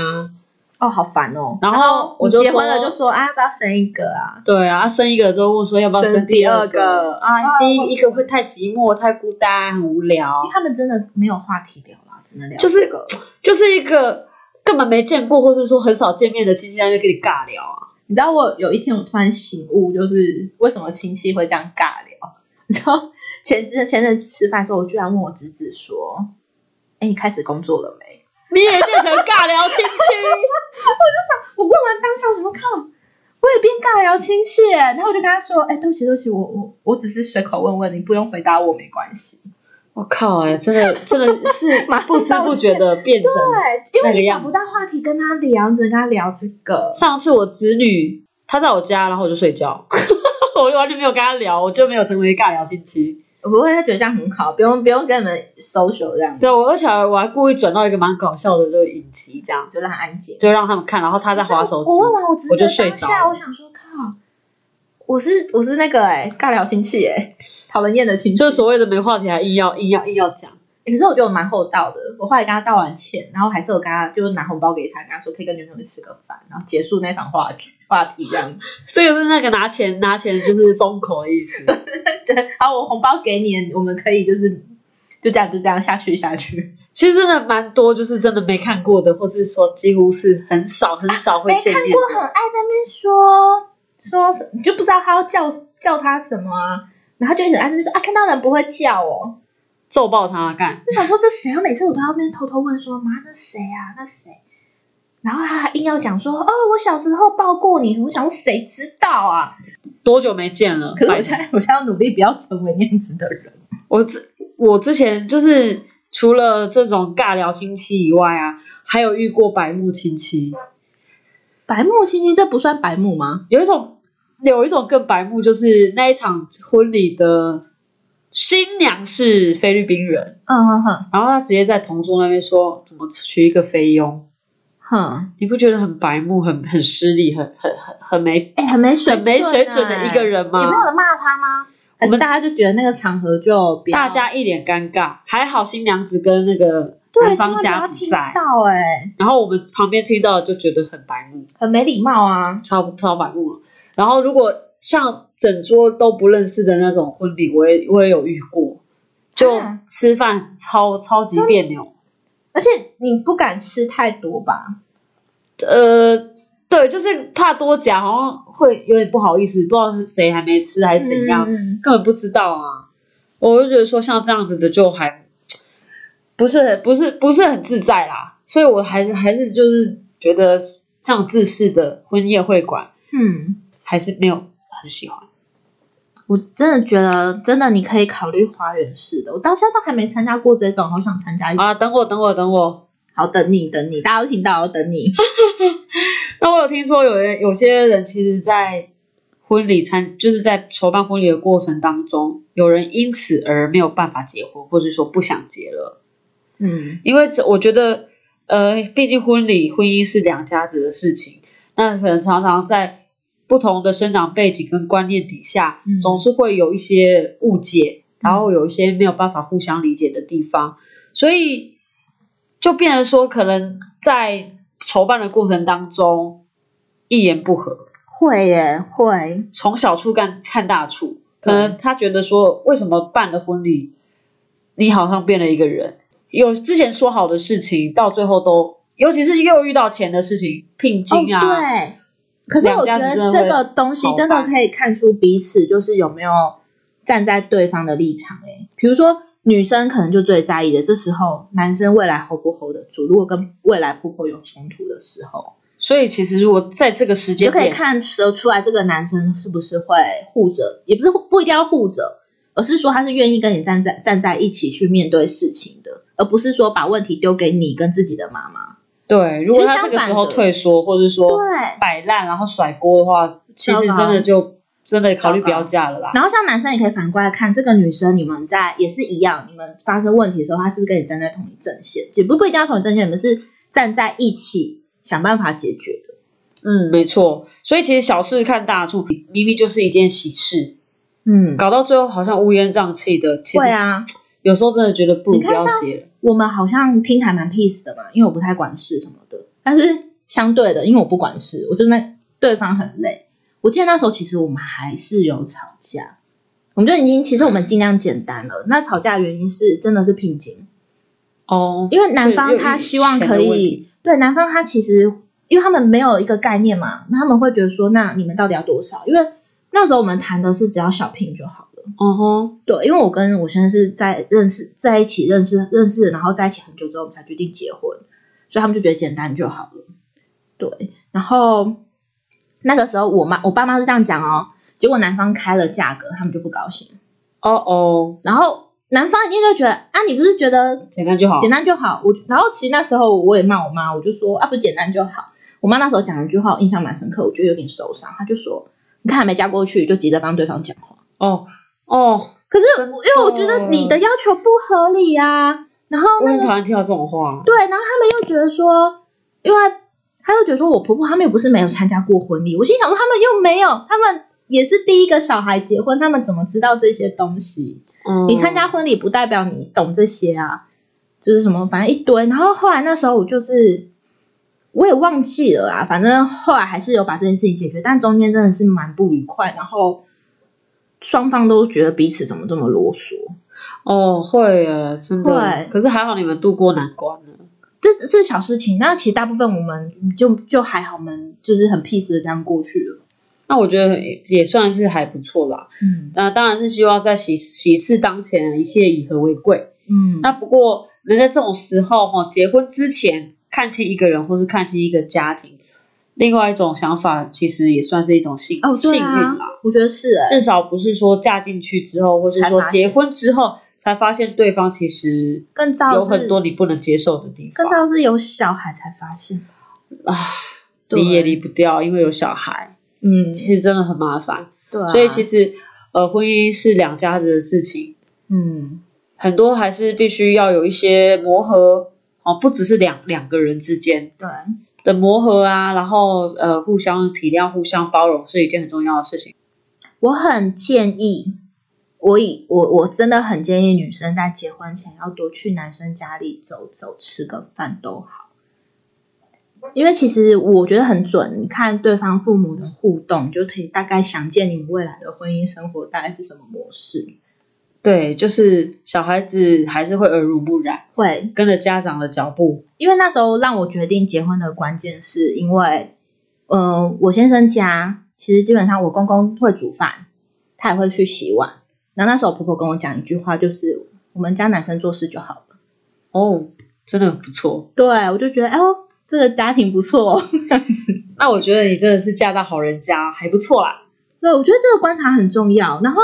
[SPEAKER 2] 哦，好烦哦。
[SPEAKER 1] 然后
[SPEAKER 2] 后
[SPEAKER 1] 我
[SPEAKER 2] 你
[SPEAKER 1] 就
[SPEAKER 2] 结
[SPEAKER 1] 说
[SPEAKER 2] 婚了就说啊，要不要生一个啊？
[SPEAKER 1] 对啊，生一个之后问说要不要
[SPEAKER 2] 生
[SPEAKER 1] 第二
[SPEAKER 2] 第二个
[SPEAKER 1] 啊？
[SPEAKER 2] 啊
[SPEAKER 1] 第
[SPEAKER 2] 我
[SPEAKER 1] 一一个会太寂寞、太孤单、很无
[SPEAKER 2] 因
[SPEAKER 1] 聊
[SPEAKER 2] 为，他们真的没有话题聊啦，只能聊
[SPEAKER 1] 就是
[SPEAKER 2] 这个。
[SPEAKER 1] 就是一个根本没见过，或是说很少见面的亲戚在那边跟你尬聊啊。
[SPEAKER 2] 你知道我有一天我突然醒悟，就是为什么亲戚会这样尬聊？你知道前之前阵子吃饭的时候，我居然问我侄子说：“哎，你开始工作了没
[SPEAKER 1] 你也变成尬聊亲戚，？”
[SPEAKER 2] 我问完当下，我说：“靠！”我也变尬聊亲戚耶，然后我就跟他说：“哎，对不起，对不起，我我我只是随口问问，你不用回答我，没关系。”
[SPEAKER 1] 我靠哎、真的真的 是
[SPEAKER 2] 马上
[SPEAKER 1] 不知不觉的变成。
[SPEAKER 2] 对，因为
[SPEAKER 1] 那个
[SPEAKER 2] 你
[SPEAKER 1] 样
[SPEAKER 2] 找不到话题跟他聊，你只能跟他聊这个。
[SPEAKER 1] 上次我侄女她在我家，然后我就睡觉， 我就完全没有跟她聊，我就没有成为尬聊亲戚。
[SPEAKER 2] 我不会，他觉得这样很好，不用不用跟你们 social 这样，
[SPEAKER 1] 对我，而且我还故意转到一个蛮搞笑的，就是影集这样，
[SPEAKER 2] 就让他安静。
[SPEAKER 1] 就让他们看，然后她在划手机。
[SPEAKER 2] 我问完我侄
[SPEAKER 1] 我
[SPEAKER 2] 子
[SPEAKER 1] 就
[SPEAKER 2] 当
[SPEAKER 1] 睡着了
[SPEAKER 2] 下，我想说靠，我是我是那个哎、尬聊亲戚哎、讨人厌的亲戚。
[SPEAKER 1] 就是所谓的没话题还硬要硬要硬要讲，
[SPEAKER 2] 欸可是我觉得我蛮厚道的，我后来跟他道完歉，然后还是有跟他就是拿红包给他，跟他说可以跟女朋友吃个饭，然后结束那场话剧话题这样子。
[SPEAKER 1] 这个是那个拿钱拿钱就是封口的意思。
[SPEAKER 2] 对，好，我红包给你，我们可以就是就这样就这样下去下去。
[SPEAKER 1] 其实真的蛮多，就是真的没看过的，或是说几乎是很少很少会
[SPEAKER 2] 啊没
[SPEAKER 1] 见
[SPEAKER 2] 看
[SPEAKER 1] 面
[SPEAKER 2] 过，
[SPEAKER 1] 的。
[SPEAKER 2] 很爱在那边说说什，你就不知道他要叫叫他什么啊，然后就一直爱在那边说啊，看到人不会叫哦。
[SPEAKER 1] 揍爆他干！
[SPEAKER 2] 就想说这谁啊？每次我都要那边偷偷问说妈，那谁啊？那谁？然后他还硬要讲说，哦，我小时候抱过你，我想说谁知道啊？
[SPEAKER 1] 多久没见了？
[SPEAKER 2] 可是
[SPEAKER 1] 拜
[SPEAKER 2] 我现在，我现在要努力不要成为那样子的人。
[SPEAKER 1] 我之我之前就是除了这种尬聊亲戚以外啊，还有遇过白目亲戚，
[SPEAKER 2] 白目亲戚，这不算白目吗？
[SPEAKER 1] 有一种有一种更白目，就是那一场婚礼的新娘是菲律宾人，
[SPEAKER 2] 嗯哼哼
[SPEAKER 1] 然后他直接在同桌那边说怎么娶一个菲佣，
[SPEAKER 2] 哼，
[SPEAKER 1] 你不觉得很白目、很很失礼、很很很很没
[SPEAKER 2] 哎、很没水、欸
[SPEAKER 1] 很没水准的一个。人
[SPEAKER 2] 你
[SPEAKER 1] 吗
[SPEAKER 2] 没？有人骂他吗？还是
[SPEAKER 1] 们
[SPEAKER 2] 大家就觉得那个场合就不要
[SPEAKER 1] 大家一脸尴尬，还好新娘子跟那个
[SPEAKER 2] 对
[SPEAKER 1] 男方
[SPEAKER 2] 千
[SPEAKER 1] 家
[SPEAKER 2] 万
[SPEAKER 1] 不
[SPEAKER 2] 不要听
[SPEAKER 1] 在，
[SPEAKER 2] 到哎、
[SPEAKER 1] 然后我们旁边听到就觉得很白目。
[SPEAKER 2] 很没礼貌啊。
[SPEAKER 1] 超超白目了。然后如果像整桌都不认识的那种婚礼，我也我也有遇过，就
[SPEAKER 2] 啊
[SPEAKER 1] 吃饭超超级别扭。
[SPEAKER 2] 而且你不敢吃太多吧？
[SPEAKER 1] 呃，对，就是怕多夹，好像会有点不好意思，不知道是谁还没吃还是怎样，
[SPEAKER 2] 嗯
[SPEAKER 1] 根本不知道啊。我就觉得说像这样子的就还不是很不是不是很自在啦，所以我还是还是就是觉得这样自式的婚宴会馆
[SPEAKER 2] 嗯，
[SPEAKER 1] 还是没有很喜欢。
[SPEAKER 2] 我真的觉得，真的你可以考虑花园式的。我到现在都还没参加过这种，好想参加一次。
[SPEAKER 1] 啊，等我，等我，等我。
[SPEAKER 2] 好，等你，等你，大家都听到，我等 你。
[SPEAKER 1] 那我有听说有人，有些人其实，在婚礼参，就是在筹办婚礼的过程当中，有人因此而没有办法结婚，或者说不想结了，
[SPEAKER 2] 嗯，
[SPEAKER 1] 因为这我觉得，呃，毕竟婚礼、婚姻是两家子的事情，那可能常常在不同的生长背景跟观念底下，
[SPEAKER 2] 嗯
[SPEAKER 1] 总是会有一些误解，然后有一些没有办法互相理解的地方，所以就变成说，可能在筹办的过程当中，一言不合，
[SPEAKER 2] 会耶，会。
[SPEAKER 1] 从小处看看大处，可
[SPEAKER 2] 对
[SPEAKER 1] 能他觉得说，为什么办了婚礼，你好像变了一个人，有之前说好的事情，到最后都，尤其是又遇到钱的事情，聘金啊，
[SPEAKER 2] 哦，对。可是我觉
[SPEAKER 1] 两家
[SPEAKER 2] 得
[SPEAKER 1] 子真的
[SPEAKER 2] 这
[SPEAKER 1] 会
[SPEAKER 2] 个东西真
[SPEAKER 1] 好
[SPEAKER 2] 的
[SPEAKER 1] 办
[SPEAKER 2] 可以看出彼此就是有没有站在对方的立场、欸。比如说女生可能就最在意的，这时候男生未来 hold 不 hold 得住？如果跟未来婆婆有冲突的时候，
[SPEAKER 1] 所以其实如果在这个时
[SPEAKER 2] 就
[SPEAKER 1] 间
[SPEAKER 2] 可以
[SPEAKER 1] 点，
[SPEAKER 2] 看得出来这个男生是不是会护着，也不是不一定要护着，而是说他是愿意跟你站在站在一起去面对事情的，而不是说把问题丢给你跟自己的妈妈。
[SPEAKER 1] 对，如果他这个时候
[SPEAKER 2] 其实相反的
[SPEAKER 1] 退缩，或者说
[SPEAKER 2] 对。
[SPEAKER 1] 摆烂然后甩锅的话，其实真的就真的考虑不要嫁了啦。
[SPEAKER 2] 然后像男生也可以反过来看这个女生，你们在也是一样，你们发生问题的时候，她是不是跟你站在同一阵线？也不不一定要同一阵线，你们是站在一起想办法解决的。
[SPEAKER 1] 嗯，没错。所以其实小事看大处，明明就是一件喜事，
[SPEAKER 2] 嗯，
[SPEAKER 1] 搞到最后好像乌烟瘴气的。其实
[SPEAKER 2] 对啊，
[SPEAKER 1] 有时候真的觉得不如
[SPEAKER 2] 你
[SPEAKER 1] 不
[SPEAKER 2] 看
[SPEAKER 1] 要
[SPEAKER 2] 像
[SPEAKER 1] 结了。
[SPEAKER 2] 我们好像听起来蛮 peace 的嘛，因为我不太管事什么的。但是相对的，因为我不管事，我就那对方很累。我记得那时候其实我们还是有吵架，我们就已经其实我们尽量简单了。那吵架的原因是真的是聘金，
[SPEAKER 1] 哦，
[SPEAKER 2] 因为男方他希望可
[SPEAKER 1] 所又有钱的问
[SPEAKER 2] 以
[SPEAKER 1] 题
[SPEAKER 2] 对男方他其实因为他们没有一个概念嘛，那他们会觉得说那你们到底要多少？因为那时候我们谈的是只要小聘就好了。
[SPEAKER 1] 嗯哼，
[SPEAKER 2] 对，因为我跟我先生是在认识在一起认识认识，然后在一起很久之后，我们才决定结婚，所以他们就觉得简单就好了。对，然后那个时候我妈我爸妈是这样讲哦，结果男方开了价格，他们就不高兴，
[SPEAKER 1] 哦哦，
[SPEAKER 2] 然后男方一定就觉得啊，你不是觉得
[SPEAKER 1] 简单就好
[SPEAKER 2] 简。单就好？我然后其实那时候我也骂我妈，我就说啊，不简单就好。我妈那时候讲了一句话，我印象蛮深刻，我觉得有点受伤。她就说：“你看还没嫁过去，就急着帮对方讲话。”
[SPEAKER 1] 哦哦，
[SPEAKER 2] 可是
[SPEAKER 1] 真
[SPEAKER 2] 我因为我觉得你的要求不合理啊，然后
[SPEAKER 1] 我
[SPEAKER 2] 那
[SPEAKER 1] 很
[SPEAKER 2] 个
[SPEAKER 1] 讨厌听到这种话。
[SPEAKER 2] 对，然后他们又觉得说，因为他又觉得说我婆婆他们又不是没有参加过婚礼，我心想说他们又没有，他们也是第一个小孩结婚，他们怎么知道这些东西？
[SPEAKER 1] 嗯
[SPEAKER 2] 你参加婚礼不代表你懂这些啊，就是什么反正一堆。然后后来那时候我就是我也忘记了啊，反正后来还是有把这件事情解决，但中间真的是蛮不愉快，然后双方都觉得彼此怎么这么啰嗦。
[SPEAKER 1] 哦，会耶，真的
[SPEAKER 2] 会。
[SPEAKER 1] 可是还好你们度过难关了。
[SPEAKER 2] 这这是小事情，那其实大部分我们就就还好，我们就是很 peace 的这样过去了。
[SPEAKER 1] 那我觉得也也算是还不错啦。
[SPEAKER 2] 嗯
[SPEAKER 1] 那当然是希望在喜喜事当前，一切以和为贵。
[SPEAKER 2] 嗯，
[SPEAKER 1] 那不过能在这种时候哈，结婚之前看清一个人，或是看清一个家庭。另外一种想法，其实也算是一种幸、
[SPEAKER 2] 哦，
[SPEAKER 1] 幸
[SPEAKER 2] 对
[SPEAKER 1] 运
[SPEAKER 2] 啊
[SPEAKER 1] 啦。，
[SPEAKER 2] 我觉得是哎、
[SPEAKER 1] 至少不是说嫁进去之后，或是
[SPEAKER 2] 才
[SPEAKER 1] 说
[SPEAKER 2] 发现
[SPEAKER 1] 结婚之后才发现对方其实
[SPEAKER 2] 更糟的
[SPEAKER 1] 有
[SPEAKER 2] 是
[SPEAKER 1] 很多你不能接受的地
[SPEAKER 2] 更
[SPEAKER 1] 方，
[SPEAKER 2] 到是有小孩才发现，对
[SPEAKER 1] 离也离不掉，因为有小孩，
[SPEAKER 2] 嗯，
[SPEAKER 1] 其实真的很麻烦。
[SPEAKER 2] 对、啊，
[SPEAKER 1] 所以其实呃，婚姻是两家子的事情，
[SPEAKER 2] 嗯，
[SPEAKER 1] 很多还是必须要有一些磨合哦，不只是两两个人之间
[SPEAKER 2] 对，
[SPEAKER 1] 的磨合啊，然后呃，互相体谅、互相包容是一件很重要的事情。
[SPEAKER 2] 我很建议，我以我我真的很建议女生在结婚前要多去男生家里走走，吃个饭都好。因为其实我觉得很准，你看对方父母的互动，你就可以大概想见你们未来的婚姻生活大概是什么模式。
[SPEAKER 1] 对，就是小孩子还是会耳濡目染，
[SPEAKER 2] 会，
[SPEAKER 1] 跟着家长的脚步。
[SPEAKER 2] 因为那时候让我决定结婚的关键是因为，呃，我先生家其实基本上我公公会煮饭，他也会去洗碗。然后那时候婆婆跟我讲一句话，就是我们家男生做事就好了。
[SPEAKER 1] 哦，真的很不错。
[SPEAKER 2] 对我就觉得，哎呦，这个家庭不错、哦。
[SPEAKER 1] 那我觉得你真的是嫁到好人家，还不错啦。
[SPEAKER 2] 对，我觉得这个观察很重要。然后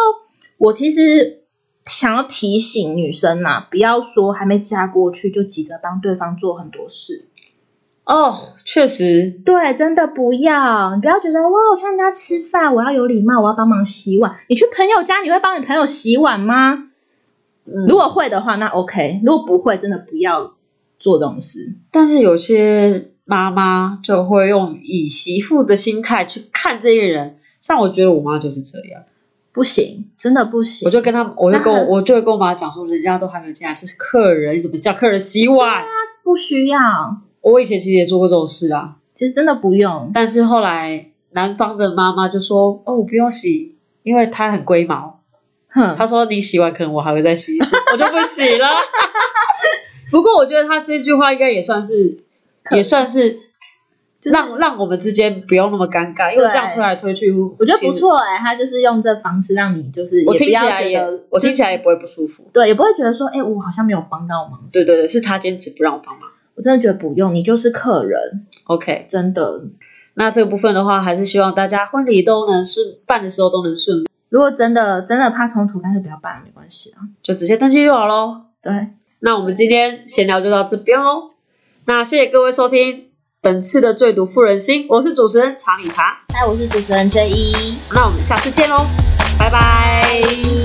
[SPEAKER 2] 我其实想要提醒女生呐、不要说还没嫁过去就急着帮对方做很多事。
[SPEAKER 1] 哦，确实，
[SPEAKER 2] 对，真的不要，你不要觉得哇，我去人家吃饭，我要有礼貌，我要帮忙洗碗。你去朋友家，你会帮你朋友洗碗吗？
[SPEAKER 1] 嗯
[SPEAKER 2] 如果会的话，那 OK；如果不会，真的不要做这种事。
[SPEAKER 1] 但是有些妈妈就会用以媳妇的心态去看这个人，像我觉得我妈就是这样，
[SPEAKER 2] 不行，真的不行。
[SPEAKER 1] 我就跟她，我就跟
[SPEAKER 2] 那
[SPEAKER 1] 我
[SPEAKER 2] 很
[SPEAKER 1] 我就会跟我妈讲说，人家都还没有进来，是客人，你怎么叫客人洗碗？
[SPEAKER 2] 不需要，
[SPEAKER 1] 我以前其实也做过这种事啊，
[SPEAKER 2] 其实真的不用。
[SPEAKER 1] 但是后来男方的妈妈就说，哦，我不用洗，因为她很龟毛，
[SPEAKER 2] 哼，
[SPEAKER 1] 她说你洗完可能我还会再洗一次，我就不洗了。 不过我觉得她这句话应该也算是，
[SPEAKER 2] 可
[SPEAKER 1] 也算是
[SPEAKER 2] 就是
[SPEAKER 1] 让让我们之间不用那么尴尬，因为
[SPEAKER 2] 对
[SPEAKER 1] 这样推来推去，
[SPEAKER 2] 我觉得不
[SPEAKER 1] 其实。
[SPEAKER 2] 错哎、他就是用这方式让你就是，
[SPEAKER 1] 我听起来
[SPEAKER 2] 也
[SPEAKER 1] 也
[SPEAKER 2] 不要觉得，
[SPEAKER 1] 我听起来也不会不舒服。
[SPEAKER 2] 对，也不会觉得说，哎、我好像没有帮到忙。
[SPEAKER 1] 对对对，是他坚持不让我帮忙。
[SPEAKER 2] 我真的觉得不用，你就是客人，
[SPEAKER 1] OK，
[SPEAKER 2] 真的。
[SPEAKER 1] 那这个部分的话，还是希望大家婚礼都能顺，办的时候都能顺利，
[SPEAKER 2] 如果真的真的怕冲突，干脆不要办，没关系啊。
[SPEAKER 1] 就直接登记就好喽。
[SPEAKER 2] 对，
[SPEAKER 1] 那我们今天闲聊就到这边喽。那谢谢各位收听本次的最毒妇人心，我是主持人常理茶。
[SPEAKER 2] E 嗨，我是主持人 J 一。
[SPEAKER 1] 哦那我们下次见喽，拜拜